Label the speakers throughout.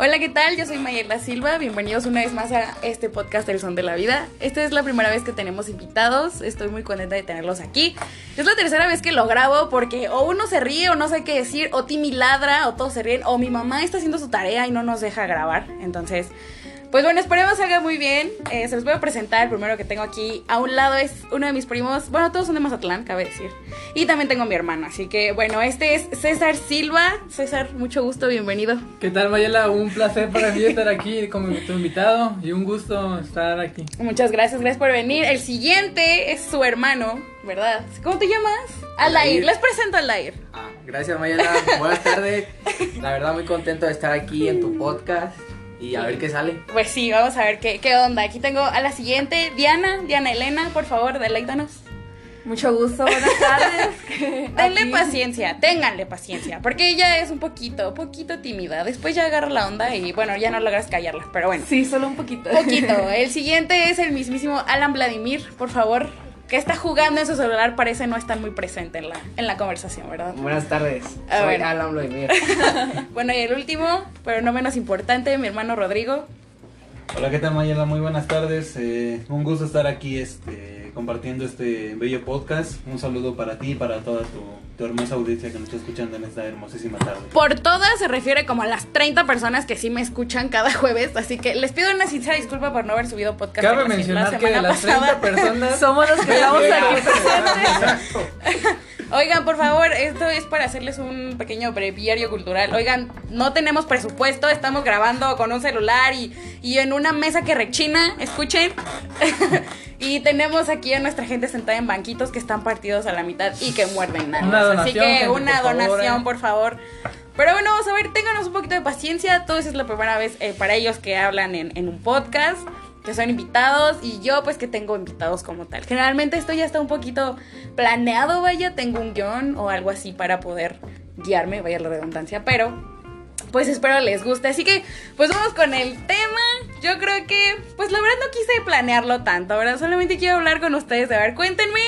Speaker 1: Hola, ¿qué tal? Yo soy Mayerla Silva. Bienvenidos una vez más a este podcast El Son de la Vida. Esta es la primera vez que tenemos invitados. Estoy muy contenta de tenerlos aquí. Es la tercera vez que lo grabo porque o uno se ríe o no sé qué decir, o Timmy ladra, o todos se ríen, o mi mamá está haciendo su tarea y no nos deja grabar. Entonces, pues bueno, esperemos salga muy bien. Eh, se los voy a presentar. El primero que tengo aquí a un lado es uno de mis primos. Bueno, todos son de Mazatlán, cabe decir. Y también tengo a mi hermano. Así que bueno, este es César Silva. César, mucho gusto, bienvenido.
Speaker 2: ¿Qué tal, Mayela? Un placer para mí estar aquí como tu invitado y un gusto estar aquí.
Speaker 1: Muchas gracias, gracias por venir. El siguiente es su hermano, ¿verdad? ¿Cómo te llamas? Alair.
Speaker 3: Alair.
Speaker 1: Les presento a Alair.
Speaker 3: Ah, gracias Mayela, buenas tardes. La verdad muy contento de estar aquí en tu podcast y a ver qué sale.
Speaker 1: Pues sí, vamos a ver qué, qué onda. Aquí tengo a la siguiente, Diana. Diana Elena, por favor, deleítanos.
Speaker 4: Mucho gusto, buenas tardes.
Speaker 1: Denle
Speaker 4: Aquí.
Speaker 1: paciencia, ténganle paciencia, porque ella es un poquito, poquito tímida. Después ya agarra la onda y bueno, ya no logras callarla, pero bueno.
Speaker 4: Sí, solo un poquito.
Speaker 1: Poquito. El siguiente es el mismísimo Alan Vladimir, por favor, que está jugando en su celular, parece no estar muy presente en la, en la conversación, ¿verdad?
Speaker 3: Buenas tardes,
Speaker 1: A
Speaker 3: soy
Speaker 1: ver.
Speaker 3: Alan Vladimir.
Speaker 1: Bueno, y el último, pero no menos importante, mi hermano Rodrigo.
Speaker 5: Hola, ¿qué tal Mayela? Muy buenas tardes. eh, un gusto estar aquí este, compartiendo este bello podcast. Un saludo para ti y para toda tu, tu hermosa audiencia que nos está escuchando en esta hermosísima tarde.
Speaker 1: Por todas se refiere como a las 30 personas que sí me escuchan cada jueves, así que les pido una sincera disculpa por no haber subido podcast.
Speaker 2: Cabe
Speaker 1: la- la
Speaker 2: mencionar que de
Speaker 1: semana
Speaker 2: las 30
Speaker 1: pasada.
Speaker 2: personas...
Speaker 4: Somos los que estamos aquí presentes.
Speaker 1: Oigan, por favor, esto es para hacerles un pequeño breviario cultural. Oigan, no tenemos presupuesto, estamos grabando con un celular y, y en una mesa que rechina, escuchen. y tenemos aquí a nuestra gente sentada en banquitos que están partidos a la mitad y que muerden nada.
Speaker 2: Una
Speaker 1: Así
Speaker 2: donación,
Speaker 1: que
Speaker 2: gente,
Speaker 1: una
Speaker 2: por favor,
Speaker 1: donación,
Speaker 2: eh.
Speaker 1: por favor. Pero bueno, vamos a ver, ténganos un poquito de paciencia. Todo eso es la primera vez eh, para ellos que hablan en, en un podcast, que son invitados y yo pues que tengo invitados como tal. Generalmente esto ya está un poquito planeado, vaya, tengo un guión o algo así para poder guiarme, vaya la redundancia, pero pues espero les guste. Así que pues vamos con el tema. Yo creo que pues la verdad no quise planearlo tanto, ¿verdad? Solamente quiero hablar con ustedes. A ver, cuéntenme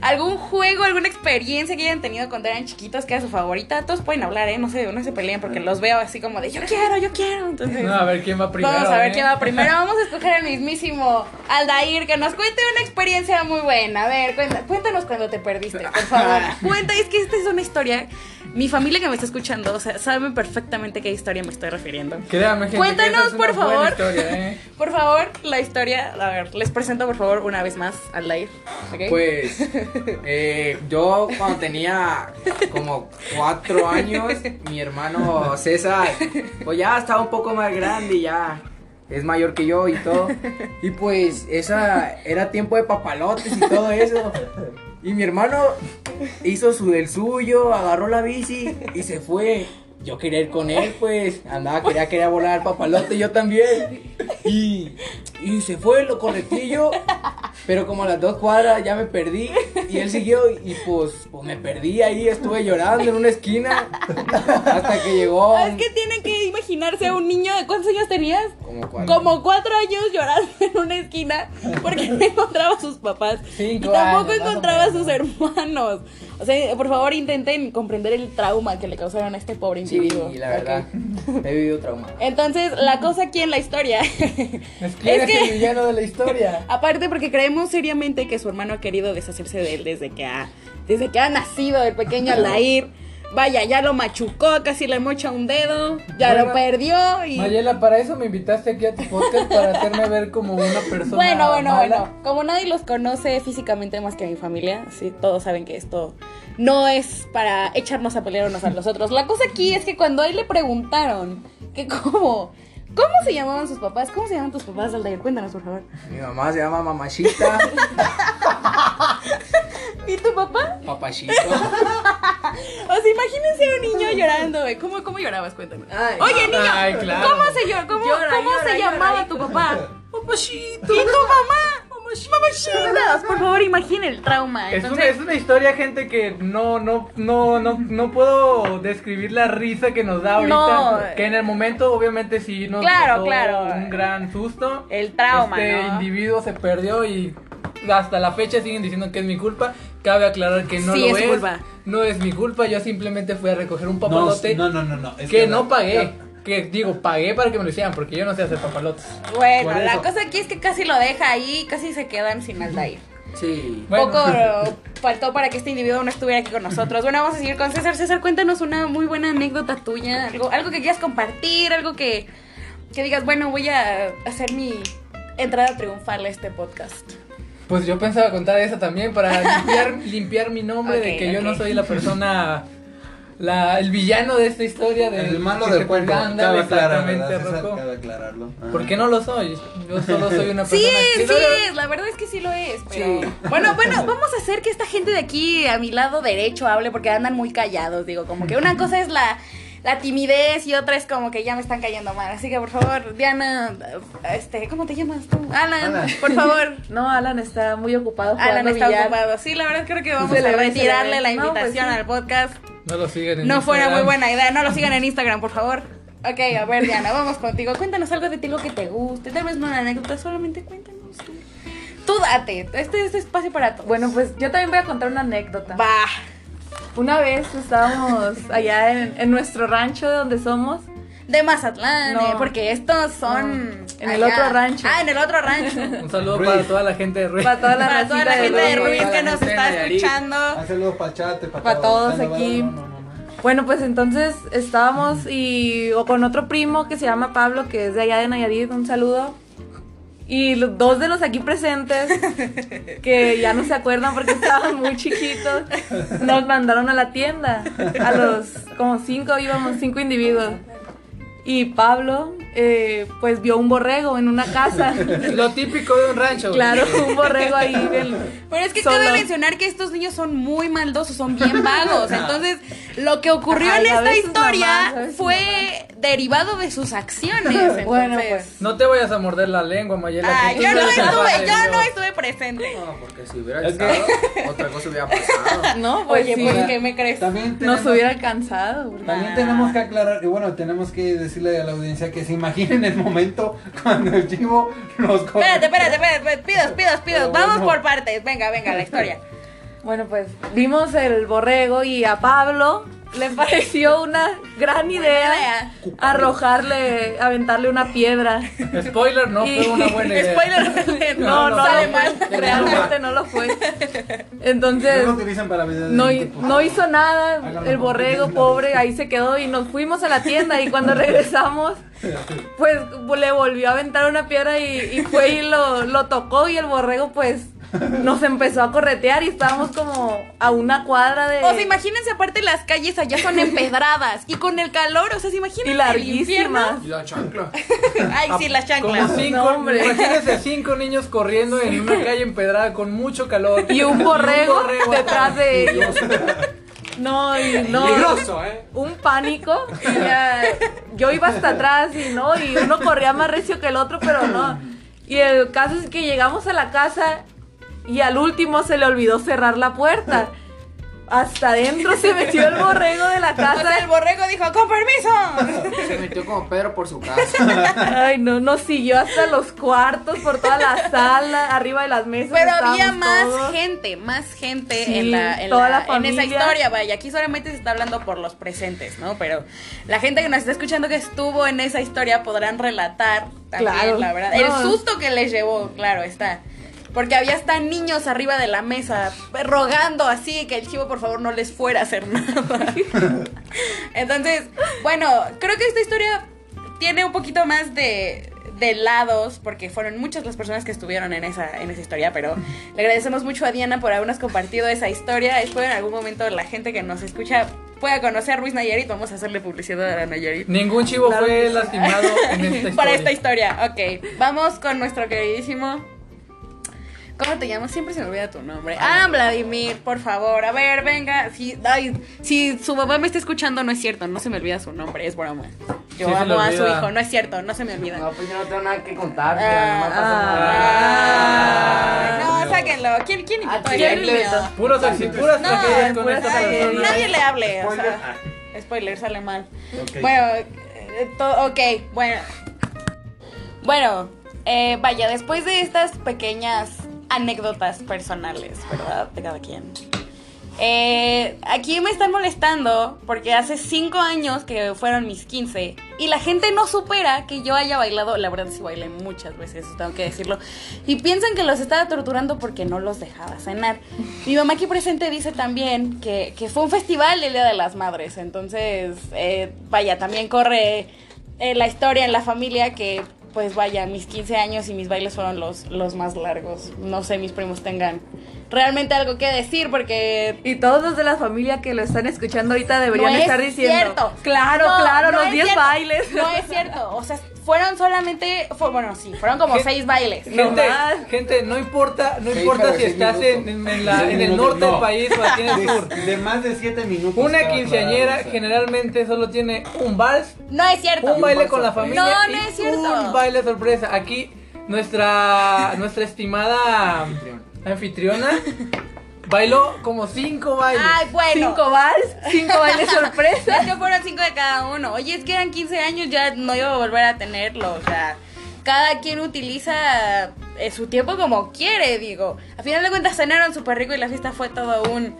Speaker 1: algún juego, alguna experiencia que hayan tenido cuando eran chiquitos que era su favorita. Todos pueden hablar, ¿eh? No se, no se peleen porque los veo así como de yo quiero, yo quiero. Entonces...
Speaker 2: No, a ver quién va primero.
Speaker 1: Vamos a ver
Speaker 2: ¿eh?
Speaker 1: quién va primero. Vamos a escoger al mismísimo Aldair que nos cuente una experiencia muy buena. A ver, cuenta- cuéntanos cuando te perdiste, por favor. Ah, Cuenta, es que esta es una historia. Mi familia que me está escuchando, o sea, saben perfectamente qué historia me estoy refiriendo.
Speaker 2: Créame, gente,
Speaker 1: Cuéntanos,
Speaker 2: que esa es una
Speaker 1: por
Speaker 2: buena
Speaker 1: favor.
Speaker 2: historia, ¿eh?
Speaker 1: Por favor, la historia. A ver, les presento por favor una vez más a Aldair. ¿ok?
Speaker 3: Pues eh, yo cuando tenía como cuatro años, mi hermano César, pues ya estaba un poco más grande y ya es mayor que yo y todo. Y pues esa era tiempo de papalotes y todo eso. Y mi hermano hizo su del suyo, agarró la bici y se fue. Yo quería ir con él, pues. Andaba, quería, quería volar papalote, yo también. Y, y se fue, lo corregí yo. Pero como a las dos cuadras ya me perdí. Y él siguió y pues, pues me perdí ahí. Estuve llorando en una esquina. Hasta que llegó.
Speaker 1: Ah, es que tienen que imaginarse a un niño de cuántos años tenías.
Speaker 3: Como cuatro.
Speaker 1: Como cuatro años llorando en una esquina porque no encontraba a sus papás
Speaker 3: Cinco
Speaker 1: y tampoco
Speaker 3: años, más o
Speaker 1: encontraba a sus
Speaker 3: menos.
Speaker 1: hermanos. O sea, por favor intenten comprender el trauma que le causaron a este pobre
Speaker 3: Sí,
Speaker 1: individuo.
Speaker 3: la verdad.
Speaker 1: Ok.
Speaker 3: He vivido trauma.
Speaker 1: Entonces, la cosa aquí en la historia
Speaker 2: Es que eres
Speaker 1: Es que-
Speaker 2: el este villano de la historia.
Speaker 1: Aparte porque creemos seriamente que su hermano ha querido deshacerse de él desde que ha, desde que ha nacido el pequeño Alair. Vaya, ya lo machucó, casi le mocha un dedo, ya lo
Speaker 2: Bueno,
Speaker 1: perdió y...
Speaker 2: Mayela, para eso me invitaste aquí a tu podcast, para hacerme ver como una persona
Speaker 1: Bueno, bueno,
Speaker 2: mala.
Speaker 1: bueno. Como nadie los conoce físicamente más que mi familia, sí, todos saben que esto no es para echarnos a pelear unos a los otros. La cosa aquí es que cuando a él le preguntaron que cómo, cómo se llamaban sus papás, cómo se llaman tus papás, Aldair, cuéntanos por favor.
Speaker 3: Mi mamá se llama Mamachita,
Speaker 1: ¿Y tu papá?
Speaker 3: Papachito.
Speaker 1: O sea, imagínense a un niño llorando, güey. ¿Cómo, cómo llorabas? Cuéntanos.
Speaker 4: Ay.
Speaker 1: Oye, niño,
Speaker 2: Ay, claro.
Speaker 1: ¿cómo se, llor- cómo,
Speaker 4: Llora,
Speaker 1: cómo
Speaker 4: llora,
Speaker 1: se
Speaker 4: llora.
Speaker 1: llamaba tu papá? Papachito. ¿Y tu mamá? Mamachita. Por favor, imaginen el trauma.
Speaker 2: Es una,
Speaker 1: Ah, Entonces-
Speaker 2: es una historia, gente, que no, no, no, no, no puedo describir la risa que nos da ahorita.
Speaker 1: No. eh,
Speaker 2: Que en el momento, obviamente, sí nos
Speaker 1: Claro,
Speaker 2: causó
Speaker 1: claro.
Speaker 2: un gran susto.
Speaker 1: El trauma,
Speaker 2: Este
Speaker 1: ¿no?
Speaker 2: individuo se perdió y hasta la fecha siguen diciendo que es mi culpa. Cabe aclarar que no
Speaker 1: Sí, es
Speaker 2: lo es.
Speaker 1: su culpa.
Speaker 2: No es mi culpa, yo simplemente fui a recoger un
Speaker 5: No,
Speaker 2: papalote
Speaker 5: no, no, no, no. es
Speaker 2: que
Speaker 5: la-
Speaker 2: no pagué. que digo, pagué para que me lo hicieran porque yo no sé hacer papalotes.
Speaker 1: Bueno,
Speaker 2: Por
Speaker 1: la
Speaker 2: eso.
Speaker 1: cosa aquí es que casi lo deja ahí, casi se quedan sin Aldair.
Speaker 3: Sí.
Speaker 2: Bueno.
Speaker 1: Poco eh, faltó para que este individuo no estuviera aquí con nosotros. Bueno, vamos a seguir con César. César, cuéntanos una muy buena anécdota tuya, algo, algo que quieras compartir, algo que, que digas, bueno, voy a hacer mi entrada triunfal a este podcast.
Speaker 2: Pues yo pensaba contar esa también para limpiar, limpiar mi nombre de
Speaker 1: Ok,
Speaker 2: que yo no
Speaker 1: ok.
Speaker 2: soy la persona, la, el villano de esta historia. De,
Speaker 5: El malo
Speaker 2: que
Speaker 5: del
Speaker 2: te-
Speaker 5: cuento.
Speaker 2: ándale,
Speaker 5: Cabe aclarar,
Speaker 2: exactamente,
Speaker 5: ¿verdad, César?
Speaker 2: Rocco.
Speaker 5: Cabe aclararlo. Ajá.
Speaker 2: ¿Por qué no lo soy? Yo solo soy una
Speaker 1: Sí,
Speaker 2: persona. que
Speaker 1: es, sí
Speaker 2: no-
Speaker 1: es, la verdad es que sí lo es. Pero...
Speaker 3: Sí.
Speaker 1: Bueno, bueno, vamos a hacer que esta gente de aquí a mi lado derecho hable porque andan muy callados, digo, como que una cosa es la, la timidez y otra es como que ya me están cayendo mal. Así que por favor, Diana, este, ¿cómo te llamas tú? Alan,
Speaker 5: Alan.
Speaker 1: por favor.
Speaker 4: No, Alan está muy ocupado.
Speaker 1: Alan
Speaker 4: jugando
Speaker 1: está
Speaker 4: billar.
Speaker 1: ocupado. Sí, la verdad creo que vamos
Speaker 4: Se le
Speaker 1: a
Speaker 4: ve, se le
Speaker 1: retirarle
Speaker 4: ve.
Speaker 1: la
Speaker 4: No, pues
Speaker 1: invitación
Speaker 4: sí.
Speaker 1: al podcast.
Speaker 2: No lo siguen en
Speaker 1: No fuera muy
Speaker 2: Instagram.
Speaker 1: buena idea. No lo sigan en Instagram, por favor. Ok, a ver, Diana, vamos contigo. Cuéntanos algo de ti, lo que te guste. Tal vez no una anécdota, solamente cuéntanos. tú. Tú date. Este, este espacio para todos.
Speaker 4: Bueno, pues yo también voy a contar una anécdota.
Speaker 1: va.
Speaker 4: Una vez estábamos allá en, en nuestro rancho de donde somos.
Speaker 1: De Mazatlán,
Speaker 4: No.
Speaker 1: eh, porque estos son.
Speaker 4: No, en el otro rancho.
Speaker 1: Ah, en el otro rancho.
Speaker 2: Un saludo
Speaker 5: Ruiz.
Speaker 2: para toda la gente de Ruiz.
Speaker 4: Para toda la,
Speaker 1: para toda la
Speaker 4: racita
Speaker 1: gente de
Speaker 3: Ruiz,
Speaker 1: Ruiz
Speaker 3: para
Speaker 1: que
Speaker 3: la
Speaker 1: nos
Speaker 3: gente
Speaker 1: está
Speaker 3: de Nayarit.
Speaker 1: escuchando.
Speaker 5: Ah, saludos para Chate, para
Speaker 4: Pa' todos aquí.
Speaker 5: No, no, no, no.
Speaker 4: Bueno, pues entonces estábamos y o con otro primo que se llama Pablo, que es de allá de Nayarit, un saludo. Y los dos de los aquí presentes, que ya no se acuerdan porque estaban muy chiquitos, nos mandaron a la tienda. A los como cinco íbamos, cinco individuos. Y Pablo, eh, pues vio un borrego en una casa.
Speaker 2: Lo típico de un rancho. Eh,
Speaker 4: Claro, un borrego ahí. del-
Speaker 1: Pero es que
Speaker 4: solo.
Speaker 1: cabe mencionar que estos niños son muy maldosos, son bien vagos. Entonces, lo que ocurrió
Speaker 4: Ay,
Speaker 1: en
Speaker 4: a
Speaker 1: esta
Speaker 4: veces
Speaker 1: historia
Speaker 4: mamás, a veces
Speaker 1: fue derivado de sus acciones. Entonces,
Speaker 4: Bueno, pues.
Speaker 2: No te vayas a morder la lengua, Mayela.
Speaker 1: Ah,
Speaker 2: que tú
Speaker 1: yo no
Speaker 2: eres capaz de
Speaker 1: estuve, yo no
Speaker 2: ello.
Speaker 1: estuve presente.
Speaker 3: No, porque si hubiera
Speaker 5: Es que-
Speaker 3: estado, otra cosa hubiera pasado.
Speaker 4: No, pues
Speaker 1: Oye,
Speaker 4: sí,
Speaker 1: pues, ¿qué me crees?
Speaker 5: También tenemos,
Speaker 4: nos hubiera alcanzado. bro.
Speaker 5: También tenemos que aclarar, y bueno, tenemos que decirle a la audiencia que se imaginen el momento cuando el chivo nos coge.
Speaker 1: Espérate, espérate, espérate, espérate, pidos, pidos, pidos.
Speaker 5: Pero
Speaker 1: Vamos
Speaker 5: bueno.
Speaker 1: por partes. Venga, venga, la historia.
Speaker 4: Bueno, pues vimos el borrego y a Pablo le pareció una gran idea arrojarle, aventarle una piedra.
Speaker 2: Spoiler, no fue una buena idea.
Speaker 1: Spoiler alert,
Speaker 4: No, no,
Speaker 1: sale
Speaker 4: lo
Speaker 1: mal.
Speaker 4: fue, realmente no lo fue. Entonces
Speaker 5: No lo utilizan para videos de
Speaker 4: no, hi-
Speaker 5: YouTube, por
Speaker 4: no
Speaker 5: favor.
Speaker 4: hizo nada, el borrego pobre ahí se quedó y nos fuimos a la tienda y cuando regresamos pues le volvió a aventar una piedra y, y fue y lo, lo tocó y el borrego pues nos empezó a corretear y estábamos como a una cuadra de...
Speaker 1: O sea, imagínense, aparte las calles allá son empedradas y con el calor, o sea, se imaginan
Speaker 4: y
Speaker 1: el infierno.
Speaker 4: larguísimas.
Speaker 3: Y la chancla.
Speaker 1: Ay, sí, las
Speaker 2: Como
Speaker 1: chanclas.
Speaker 2: cinco,
Speaker 4: No, hombre.
Speaker 2: imagínense cinco niños corriendo en una calle empedrada con mucho calor.
Speaker 4: Y un borrego
Speaker 2: borrego
Speaker 4: detrás de ellos. No, y no.
Speaker 3: Peligroso, ¿eh?
Speaker 4: Un pánico. y ya, yo iba hasta atrás y no, y uno corría más recio que el otro, pero no. Y el caso es que llegamos a la casa y al último se le olvidó cerrar la puerta. Hasta adentro se metió el borrego de la
Speaker 1: O sea, el
Speaker 4: casa.
Speaker 1: borrego dijo, con permiso.
Speaker 3: Se metió como Pedro por su casa.
Speaker 4: Ay, no, nos siguió hasta los cuartos, por toda la sala, arriba de las mesas.
Speaker 1: Pero había
Speaker 4: estábamos
Speaker 1: más
Speaker 4: todos.
Speaker 1: gente, más gente
Speaker 4: Sí,
Speaker 1: en, la, en,
Speaker 4: toda
Speaker 1: la-
Speaker 4: la
Speaker 1: en esa
Speaker 4: familia.
Speaker 1: historia, vaya. Aquí solamente se está hablando por los presentes, ¿no? Pero la gente que nos está escuchando que estuvo en esa historia podrán relatar también,
Speaker 4: Claro.
Speaker 1: la verdad.
Speaker 4: No.
Speaker 1: El susto que les llevó, claro, está. Porque había hasta niños arriba de la mesa rogando así que el chivo por favor no les fuera a hacer nada. Entonces, bueno, creo que esta historia tiene un poquito más de, de lados, porque fueron muchas las personas que estuvieron en esa, en esa historia, pero le agradecemos mucho a Diana por habernos compartido esa historia. Espero en algún momento la gente que nos escucha pueda conocer a Ruiz Nayarit. Vamos a hacerle publicidad a Nayarit.
Speaker 2: Ningún chivo
Speaker 4: Claro que
Speaker 2: fue
Speaker 4: sí.
Speaker 2: lastimado en esta historia.
Speaker 1: Para esta historia, ok. Vamos con nuestro queridísimo. ¿Cómo te llamas? Siempre se me olvida tu nombre. Ah, Vladimir, por favor. A ver, venga. Si, ay, si su papá me está escuchando, no es cierto. No se me olvida su nombre, es broma. Yo
Speaker 2: Sí, se
Speaker 1: amo
Speaker 2: le
Speaker 1: a su
Speaker 2: olvida.
Speaker 1: hijo. No es cierto, no se me olvida.
Speaker 3: No, pues yo no tengo nada que contar.
Speaker 1: Ah,
Speaker 3: mira, no me pasa
Speaker 1: Ah,
Speaker 3: nada.
Speaker 1: no, sáquenlo. ¿Quién, quién invitó a
Speaker 3: quién
Speaker 1: Emilio?
Speaker 3: le invitó?
Speaker 2: Puros acci- puras
Speaker 1: No,
Speaker 2: tragedias con
Speaker 4: puras
Speaker 2: esta
Speaker 4: tragedias.
Speaker 2: persona.
Speaker 1: Nadie le hable. O
Speaker 5: Spoiler.
Speaker 1: sea, spoiler, sale mal.
Speaker 5: Ok.
Speaker 1: Bueno, eh, to- ok, bueno. Bueno, eh, vaya, después de estas pequeñas anécdotas personales, ¿verdad? De cada quien. Eh, aquí me están molestando porque hace 5 años que fueron mis 15 y la gente no supera que yo haya bailado, la verdad sí bailé muchas veces, eso tengo que decirlo, y piensan que los estaba torturando porque no los dejaba cenar. Mi mamá aquí presente dice también que, que fue un festival el Día de las Madres, entonces eh, vaya, también corre eh, la historia en la familia que pues vaya, mis 15 años y mis bailes fueron los, los más largos. No sé, mis primos tengan realmente algo que decir porque...
Speaker 4: Y todos los de la familia que lo están escuchando ahorita deberían
Speaker 1: no
Speaker 4: estar
Speaker 1: es
Speaker 4: diciendo.
Speaker 1: cierto.
Speaker 4: Claro,
Speaker 1: No,
Speaker 4: claro,
Speaker 1: no
Speaker 4: los
Speaker 1: es
Speaker 4: 10
Speaker 1: cierto.
Speaker 4: bailes.
Speaker 1: No es cierto, o sea, fueron solamente, fu- bueno, sí, fueron como
Speaker 2: Gen-
Speaker 1: seis bailes.
Speaker 4: No
Speaker 2: Gente,
Speaker 4: más.
Speaker 2: gente, no importa, no
Speaker 3: Sí,
Speaker 2: importa
Speaker 3: pero
Speaker 2: si
Speaker 3: sí
Speaker 2: estás
Speaker 3: minutos.
Speaker 2: en, en- en la-
Speaker 5: Sí,
Speaker 2: en el norte
Speaker 5: minutos, no.
Speaker 2: del país o aquí en el sur.
Speaker 5: De, de más de 7 minutos.
Speaker 2: Una
Speaker 5: cada
Speaker 2: quinceañera
Speaker 5: claro, o sea.
Speaker 2: generalmente solo tiene un vals,
Speaker 1: No es cierto.
Speaker 2: un baile con la
Speaker 3: sorpresa.
Speaker 2: familia
Speaker 1: No, no
Speaker 2: y
Speaker 1: es cierto.
Speaker 2: un baile sorpresa. Aquí nuestra nuestra estimada anfitriona bailó como cinco bailes.
Speaker 1: Ay, bueno.
Speaker 4: Cinco vals, cinco bailes sorpresa.
Speaker 1: Es que fueron cinco de cada uno. Oye, es que eran 15 años, ya no iba a volver a tenerlo. O sea, cada quien utiliza eh, su tiempo como quiere, digo. A final de cuentas cenaron súper rico y la fiesta fue todo un...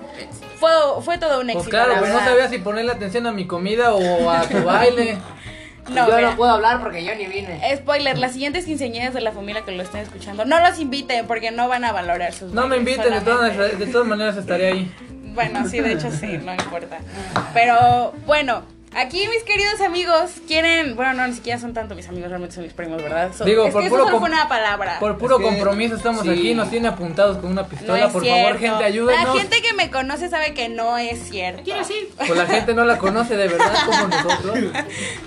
Speaker 1: Fue, fue todo un
Speaker 2: pues
Speaker 1: éxito.
Speaker 2: claro,
Speaker 1: la
Speaker 2: pues no
Speaker 1: verdad.
Speaker 2: sabía si ponerle atención a mi comida o a tu baile.
Speaker 1: No,
Speaker 6: yo
Speaker 1: mira,
Speaker 6: no puedo hablar porque yo ni vine.
Speaker 1: Spoiler, las siguientes quinceañeras de la familia que lo estén escuchando, no los inviten porque no van a valorar sus
Speaker 2: No me
Speaker 1: bailes,
Speaker 2: inviten, de todas,
Speaker 1: solamente-
Speaker 2: de todas maneras estaré ahí.
Speaker 1: Bueno, sí, de hecho sí, no importa. Pero bueno, aquí mis queridos amigos quieren, bueno, no, ni siquiera son tanto mis amigos, realmente son mis primos, ¿verdad? So-
Speaker 2: Digo,
Speaker 1: es
Speaker 2: por
Speaker 1: que
Speaker 2: puro
Speaker 1: eso solo
Speaker 2: com-
Speaker 1: fue una palabra.
Speaker 2: Por puro
Speaker 5: Es que-
Speaker 2: compromiso estamos
Speaker 3: sí.
Speaker 2: aquí, nos tiene apuntados con una
Speaker 1: no
Speaker 2: pistola,
Speaker 1: es
Speaker 2: por
Speaker 1: cierto.
Speaker 2: favor, gente,
Speaker 1: La
Speaker 2: ayúdenos.
Speaker 1: gente que me conoce sabe que no es cierto.
Speaker 2: Pues la gente no la conoce de verdad como nosotros.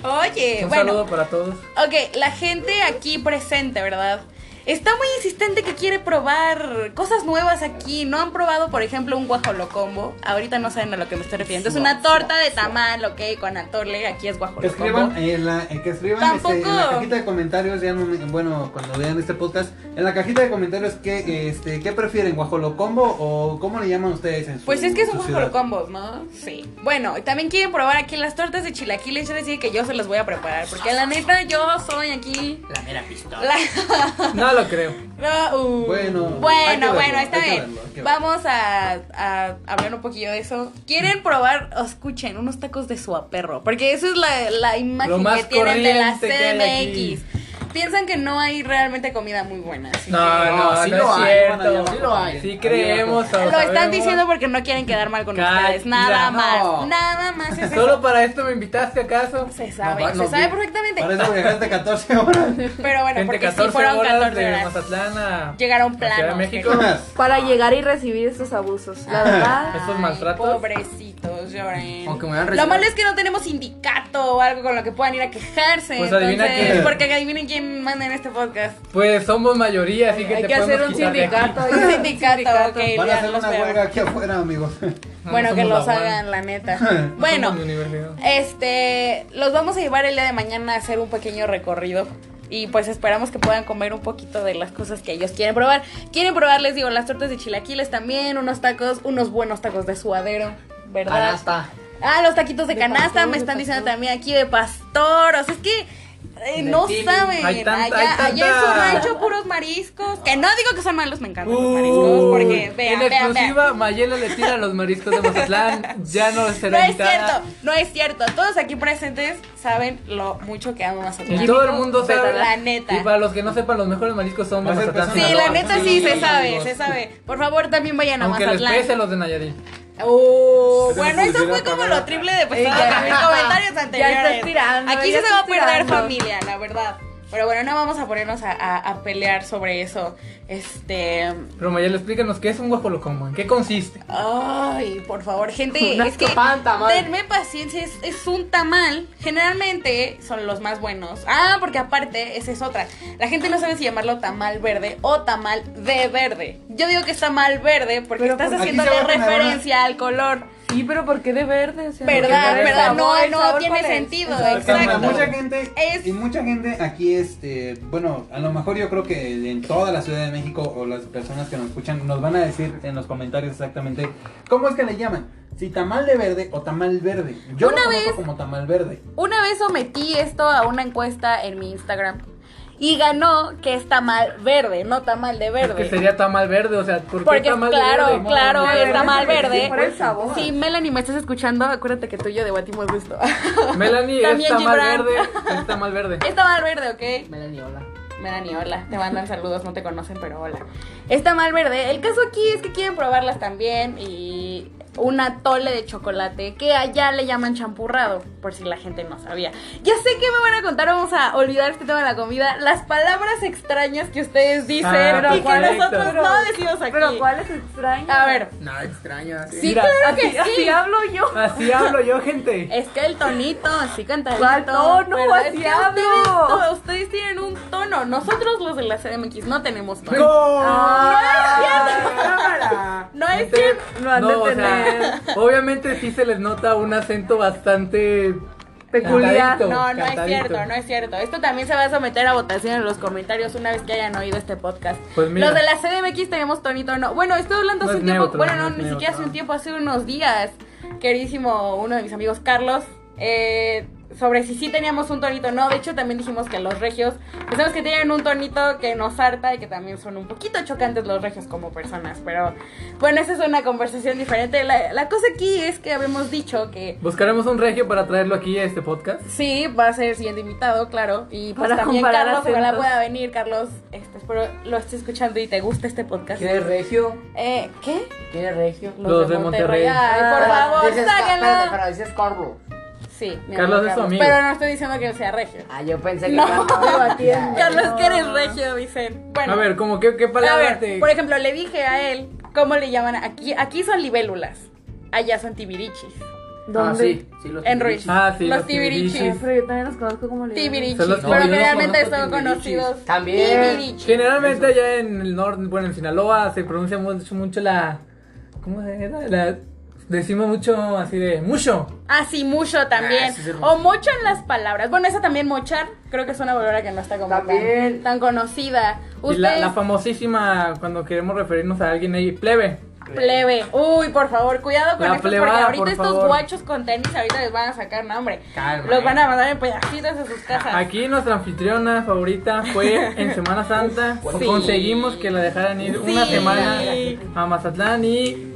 Speaker 1: Oye,
Speaker 2: Un
Speaker 1: bueno,
Speaker 2: saludo para todos.
Speaker 1: ok, la gente aquí presente, ¿verdad? Está muy insistente que quiere probar cosas nuevas aquí. No han probado, por ejemplo, un guajolocombo. Ahorita no saben a lo que me estoy refiriendo. Es una torta de tamal, ok, con atole. Aquí es
Speaker 5: Que
Speaker 1: guajolocombo.
Speaker 5: escriban, en la, eh, que escriban este, en la
Speaker 1: Tampoco.
Speaker 5: cajita de comentarios, ya no me- bueno, cuando vean este podcast, en la cajita de comentarios, ¿qué, este, ¿qué prefieren? ¿Guajolocombo o cómo le llaman ustedes en su
Speaker 1: Pues es que
Speaker 5: su
Speaker 1: son
Speaker 5: ciudad?
Speaker 1: combos, ¿no? Sí. Bueno, y también quieren probar aquí las tortas de chilaquiles. Yo les dije que yo se las voy a preparar. Porque la neta, yo soy aquí.
Speaker 6: La mera pistola.
Speaker 1: la-
Speaker 2: No lo creo.
Speaker 1: No, uh.
Speaker 5: Bueno, hay que
Speaker 1: bueno,
Speaker 5: verlo,
Speaker 1: bueno,
Speaker 5: hay
Speaker 1: está
Speaker 5: que
Speaker 1: bien.
Speaker 5: verlo, hay que verlo.
Speaker 1: Vamos a, a hablar un poquillo de eso.
Speaker 2: Mm.
Speaker 1: Quieren probar, o escuchen, unos tacos de suaperro. Porque eso es la, la
Speaker 2: Lo
Speaker 1: imagen
Speaker 2: más
Speaker 1: que tienen de la
Speaker 2: corriente que hay aquí.
Speaker 1: CDMX. Piensan que no hay realmente comida muy buena. así
Speaker 2: No,
Speaker 1: que-
Speaker 2: no, no,
Speaker 3: sí
Speaker 2: es
Speaker 3: lo hay,
Speaker 2: cierto.
Speaker 3: bueno, ya lo hay.
Speaker 2: Sí creemos.
Speaker 1: Lo están
Speaker 2: sabemos.
Speaker 1: diciendo porque no quieren quedar mal con
Speaker 2: Cállate,
Speaker 1: ustedes. Nada
Speaker 3: no.
Speaker 1: más. Nada más es
Speaker 2: ¿Solo
Speaker 1: eso.
Speaker 2: para esto me invitaste acaso?
Speaker 1: Se sabe,
Speaker 3: No, no,
Speaker 1: se sabe
Speaker 3: no.
Speaker 1: perfectamente.
Speaker 5: Para eso viajaste 14 horas.
Speaker 1: Pero bueno,
Speaker 2: Entre
Speaker 1: porque sí
Speaker 2: 14
Speaker 1: fueron
Speaker 2: horas
Speaker 1: 14
Speaker 2: de
Speaker 1: horas.
Speaker 2: Mazatlán a
Speaker 1: Llegaron
Speaker 2: a Ciudad de
Speaker 1: planos.
Speaker 2: México.
Speaker 1: queridos.
Speaker 4: Para llegar y recibir estos abusos.
Speaker 2: Ah.
Speaker 4: La verdad.
Speaker 2: Estos
Speaker 1: Ay,
Speaker 2: maltratos.
Speaker 1: Pobrecitos, lloren.
Speaker 3: Aunque me van a
Speaker 1: Lo
Speaker 3: rechazar.
Speaker 1: malo es que no tenemos sindicato o algo con lo que puedan ir a quejarse.
Speaker 2: Pues adivina
Speaker 1: entonces,
Speaker 2: quién.
Speaker 1: porque adivinen quién manda en este podcast.
Speaker 2: Pues somos mayoría, así que
Speaker 4: Hay
Speaker 2: te
Speaker 4: que hacer
Speaker 2: podemos
Speaker 4: un
Speaker 2: quitar de aquí.
Speaker 4: sindicato.
Speaker 1: Un sindicato, ok.
Speaker 5: Van
Speaker 1: ya,
Speaker 5: a hacer
Speaker 1: los
Speaker 5: una
Speaker 1: veo.
Speaker 5: huelga aquí afuera, amigos.
Speaker 2: No,
Speaker 1: Bueno,
Speaker 2: no
Speaker 1: que
Speaker 2: somos
Speaker 1: los
Speaker 2: la UAM.
Speaker 1: hagan, la neta.
Speaker 2: No
Speaker 1: Bueno,
Speaker 2: somos mi universidad.
Speaker 1: Este, los vamos a llevar el día de mañana a hacer un pequeño recorrido. Y pues esperamos que puedan comer un poquito de las cosas que ellos quieren probar. Quieren probar, les digo, las tortas de chilaquiles también, unos tacos, unos buenos tacos de suadero, ¿verdad?
Speaker 6: Canasta.
Speaker 1: Ah, los taquitos de,
Speaker 4: De
Speaker 1: canasta,
Speaker 4: pastor,
Speaker 1: me
Speaker 4: de
Speaker 1: están diciendo
Speaker 4: pastor.
Speaker 1: también aquí de pastor. O sea, es que eh,
Speaker 6: De
Speaker 1: no
Speaker 6: tibio.
Speaker 1: saben.
Speaker 2: Hay tanta-
Speaker 1: allá,
Speaker 2: hay tanta-
Speaker 1: allá en su rancho, puros mariscos. Que no digo que son malos, me encantan los
Speaker 2: Uy,
Speaker 1: mariscos. Porque vean,
Speaker 2: Uh,
Speaker 1: vean,
Speaker 2: en
Speaker 1: vean.
Speaker 2: exclusiva, Mayela le tira a los mariscos de Mazatlán. Ya no
Speaker 1: No
Speaker 2: será
Speaker 1: es
Speaker 2: invitada.
Speaker 1: cierto, no es cierto. Todos aquí presentes saben lo mucho que amo Mazatlán.
Speaker 2: Y todo el mundo
Speaker 1: Vete a
Speaker 2: sabe.
Speaker 1: La neta.
Speaker 2: Y para los que no sepan, los mejores mariscos son de
Speaker 5: Va a ser
Speaker 2: Mazatlán.
Speaker 1: Sí,
Speaker 5: Sinaloa,
Speaker 1: la neta sí,
Speaker 5: sí,
Speaker 1: se sabe,
Speaker 5: amigos.
Speaker 1: se sabe. Por favor, también vayan a
Speaker 2: Aunque les
Speaker 1: Mazatlán.
Speaker 2: pese a los de Nayarit.
Speaker 1: Oh,
Speaker 5: Se
Speaker 1: bueno,
Speaker 5: les
Speaker 1: eso fue
Speaker 5: olvidó
Speaker 1: como
Speaker 5: acabar.
Speaker 1: lo triple de
Speaker 5: Eh,
Speaker 4: Ey,
Speaker 1: pesado
Speaker 4: ya.
Speaker 1: que mis comentarios anteriores.
Speaker 4: Ya estás tirando,
Speaker 1: Aquí
Speaker 4: ya
Speaker 1: sí se va a
Speaker 4: estás
Speaker 1: perder
Speaker 4: tirando.
Speaker 1: familia, la verdad. Pero bueno, no vamos a ponernos a, a- a pelear sobre eso. Este.
Speaker 2: Pero Mayela, explícanos qué es un guajolocombo, en qué consiste.
Speaker 1: Ay, por favor, gente,
Speaker 6: Una
Speaker 1: es que
Speaker 6: sopa de tamal.
Speaker 1: denme paciencia, es, es un tamal. Generalmente son los más buenos. Ah, porque aparte, esa es otra. La gente no sabe si llamarlo tamal verde o tamal de verde. Yo digo que es tamal verde porque
Speaker 4: Pero
Speaker 1: estás
Speaker 4: por-
Speaker 5: aquí
Speaker 1: haciéndole
Speaker 5: se va a poner una-
Speaker 1: referencia al color.
Speaker 4: Sí, pero ¿por qué de verde? O sea,
Speaker 1: Verdad,
Speaker 4: ¿por qué de
Speaker 1: verdad,
Speaker 4: verde?
Speaker 1: no,
Speaker 4: ¿El
Speaker 1: no
Speaker 4: sabor
Speaker 1: tiene
Speaker 4: cuál es?
Speaker 1: sentido,
Speaker 4: ¿El sabor cuál es?
Speaker 1: exacto.
Speaker 5: Mucha gente,
Speaker 1: Es-
Speaker 5: Y mucha gente aquí, este, bueno, a lo mejor yo creo que en toda la Ciudad de México o las personas que nos escuchan nos van a decir en los comentarios exactamente cómo es que le llaman. Si tamal de verde o tamal verde. Yo
Speaker 1: Una
Speaker 5: lo conozco
Speaker 1: vez-
Speaker 5: como tamal verde.
Speaker 1: Una vez sometí esto a una encuesta en mi Instagram y ganó que es tamal verde, no tamal de
Speaker 2: Es
Speaker 1: verde.
Speaker 2: que sería tamal verde, o sea, ¿por qué
Speaker 1: Porque,
Speaker 2: tamal
Speaker 1: claro,
Speaker 2: de verde?
Speaker 1: claro,
Speaker 2: No,
Speaker 1: el tamal
Speaker 4: porque
Speaker 1: verde.
Speaker 4: sí, por el sabor.
Speaker 1: Sí, Melanie, me estás escuchando, acuérdate que tú y yo debatimos de esto.
Speaker 2: Melanie, es
Speaker 1: También
Speaker 2: tamal
Speaker 1: Gibran.
Speaker 2: verde, es tamal verde.
Speaker 1: es tamal verde, ¿ok?
Speaker 6: Melanie, hola.
Speaker 1: Melanie, hola, te mandan saludos, no te conocen, pero hola. Es tamal verde. El caso aquí es que quieren probarlas también y una tole de chocolate que allá le llaman champurrado, por si la gente no sabía. Ya sé que me van a contar, vamos a olvidar este tema de la comida, las palabras extrañas que ustedes dicen
Speaker 2: Ah,
Speaker 1: y
Speaker 2: pero
Speaker 1: que
Speaker 2: ¿cuál,
Speaker 1: nosotros
Speaker 2: Héctor?
Speaker 1: no decimos aquí.
Speaker 4: Pero ¿cuál es extraño?
Speaker 1: A ver,
Speaker 3: Nada extraño ¿eh? así.
Speaker 1: sí,
Speaker 2: Mira,
Speaker 1: claro que
Speaker 4: Así,
Speaker 1: sí.
Speaker 4: así hablo yo.
Speaker 2: Así hablo yo, gente.
Speaker 1: Es que el tonito, así cantadito.
Speaker 4: ¿Cuál tono?
Speaker 1: pero es
Speaker 4: Ah, Así
Speaker 1: que
Speaker 4: hablo.
Speaker 1: Ustedes, to- ustedes tienen un tono. Nosotros los de la CDMX no tenemos tono.
Speaker 3: Cámara.
Speaker 1: No es
Speaker 2: Te-
Speaker 1: cierto.
Speaker 4: Lo han de
Speaker 2: o sea,
Speaker 4: tener.
Speaker 2: obviamente sí se les nota un acento bastante
Speaker 4: Peculiar.
Speaker 2: cantadito,
Speaker 1: No, no es
Speaker 2: cantadito.
Speaker 1: cierto, no es cierto. Esto también se va a someter a votación en los comentarios una vez que hayan oído este podcast.
Speaker 2: Pues mira.
Speaker 1: Los de la CDMX tenemos tonito no. Bueno, estoy hablando
Speaker 2: No
Speaker 1: hace
Speaker 2: es
Speaker 1: un tiempo.
Speaker 2: neutro,
Speaker 1: bueno,
Speaker 2: no
Speaker 1: no,
Speaker 2: es
Speaker 1: ni siquiera hace
Speaker 2: neutro.
Speaker 1: un tiempo, hace unos días. Queridísimo uno de mis amigos, Carlos. eh, sobre si sí teníamos un tonito o no. De hecho, también dijimos que los regios. Pensamos que tienen un tonito que nos harta y que también son un poquito chocantes los regios como personas. Pero bueno, esa es una conversación diferente. La, la cosa aquí es que habíamos dicho que.
Speaker 2: Buscaremos un regio para traerlo aquí a este podcast.
Speaker 1: Sí, va a ser el siguiente invitado, claro. Y pues
Speaker 4: Para
Speaker 1: también
Speaker 4: comparar
Speaker 1: Carlos, ojalá
Speaker 4: acentos.
Speaker 1: pueda venir, Carlos. Este, espero lo estés escuchando y te gusta este podcast.
Speaker 6: ¿Quién es regio?
Speaker 1: Eh, ¿Qué?
Speaker 6: ¿Quién es regio?
Speaker 2: Los de Monterrey.
Speaker 1: Ay, por
Speaker 6: Ah,
Speaker 1: favor,
Speaker 6: dices, Espérate,
Speaker 1: sáquenlo.
Speaker 6: pero dices Carlos.
Speaker 1: Sí, mi
Speaker 2: Carlos es tu amigo.
Speaker 1: Pero no estoy diciendo que él sea regio.
Speaker 6: Ah, yo pensé que
Speaker 1: No.
Speaker 6: Carlos
Speaker 4: Debatiendo.
Speaker 6: Ya.
Speaker 1: Carlos, que eres
Speaker 4: no.
Speaker 1: regio, dicen. Bueno,
Speaker 2: A ver, ¿cómo qué, qué
Speaker 1: a
Speaker 2: palabra
Speaker 1: ver,
Speaker 2: te-
Speaker 1: por ejemplo, le dije a él cómo le llaman aquí. Aquí son libélulas, allá son tibirichis.
Speaker 4: ¿Dónde?
Speaker 3: Ah, sí, sí, los
Speaker 1: En Ruiz.
Speaker 2: Ah, sí,
Speaker 1: los
Speaker 2: los
Speaker 4: Ah,
Speaker 1: tibirichis.
Speaker 2: tibirichis.
Speaker 4: pero yo también los conozco como libros.
Speaker 1: Tibirichis.
Speaker 2: Son los
Speaker 1: Pero
Speaker 2: tibirichis.
Speaker 1: generalmente
Speaker 2: Yo
Speaker 1: son
Speaker 2: conozco tibirichis.
Speaker 1: conocidos.
Speaker 6: También.
Speaker 1: Tibirichis.
Speaker 2: Generalmente allá en el norte, bueno, en Sinaloa se pronuncia mucho, mucho la... ¿Cómo se llama? La- decimos mucho así de... ¡Mucho!
Speaker 1: Ah, sí, mucho
Speaker 3: Ah,
Speaker 1: también.
Speaker 3: eso es hermoso.
Speaker 1: o mochan las palabras. Bueno, esa también mochar, creo que es una palabra que no está como tan,
Speaker 6: También.
Speaker 1: tan conocida.
Speaker 2: Y
Speaker 1: Usted
Speaker 2: la, la famosísima, cuando queremos referirnos a alguien ahí, plebe.
Speaker 1: plebe. Uy, por favor, cuidado con
Speaker 2: La
Speaker 1: estos porque
Speaker 2: plebada,
Speaker 1: ahorita
Speaker 2: por
Speaker 1: estos
Speaker 2: favor.
Speaker 1: guachos con tenis ahorita les van a sacar nombre.
Speaker 3: Calma,
Speaker 1: Los
Speaker 3: eh.
Speaker 1: van a mandar en pedacitos a sus casas.
Speaker 2: Aquí nuestra anfitriona favorita fue en Semana Santa.
Speaker 1: Sí.
Speaker 2: Conseguimos que la dejaran ir una
Speaker 1: Sí.
Speaker 2: semana a Mazatlán y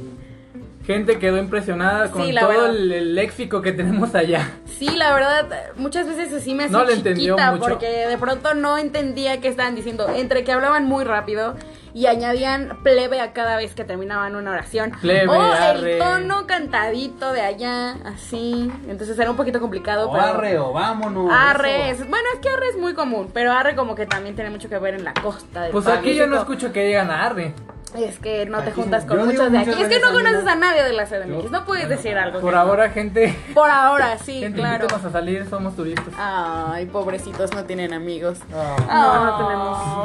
Speaker 2: gente quedó impresionada con
Speaker 1: Sí, la
Speaker 2: todo
Speaker 1: verdad.
Speaker 2: el, el léxico que tenemos allá.
Speaker 1: Sí, la verdad, muchas veces así me hacía
Speaker 2: No le entendió
Speaker 1: chiquita
Speaker 2: mucho.
Speaker 1: porque de pronto no entendía qué estaban diciendo. Entre que hablaban muy rápido y añadían plebe a cada vez que terminaban una oración.
Speaker 2: Plebe,
Speaker 1: o
Speaker 2: arre.
Speaker 1: el tono cantadito de allá, así. Entonces era un poquito complicado.
Speaker 5: O
Speaker 1: pero-
Speaker 5: arre o vámonos.
Speaker 1: Arre,
Speaker 5: eso.
Speaker 1: es- bueno, es que arre es muy común, pero arre como que también tiene mucho que ver en la costa. de
Speaker 2: Pues
Speaker 1: todo
Speaker 2: aquí yo no
Speaker 1: México.
Speaker 2: escucho que digan arre.
Speaker 1: Es que no te
Speaker 5: Aquí sí.
Speaker 1: juntas con
Speaker 5: Yo digo
Speaker 1: muchos de aquí.
Speaker 5: muchas
Speaker 1: Es que no
Speaker 5: veces,
Speaker 1: conoces a nadie de la
Speaker 5: Yo-
Speaker 1: CDMX, no puedes decir algo.
Speaker 2: Por
Speaker 1: que-
Speaker 2: ahora, gente,
Speaker 1: Por ahora, sí,
Speaker 2: gente
Speaker 1: claro.
Speaker 2: invítenos a salir, somos turistas.
Speaker 1: Ay, pobrecitos, no tienen amigos. Ah.
Speaker 4: No, no tenemos.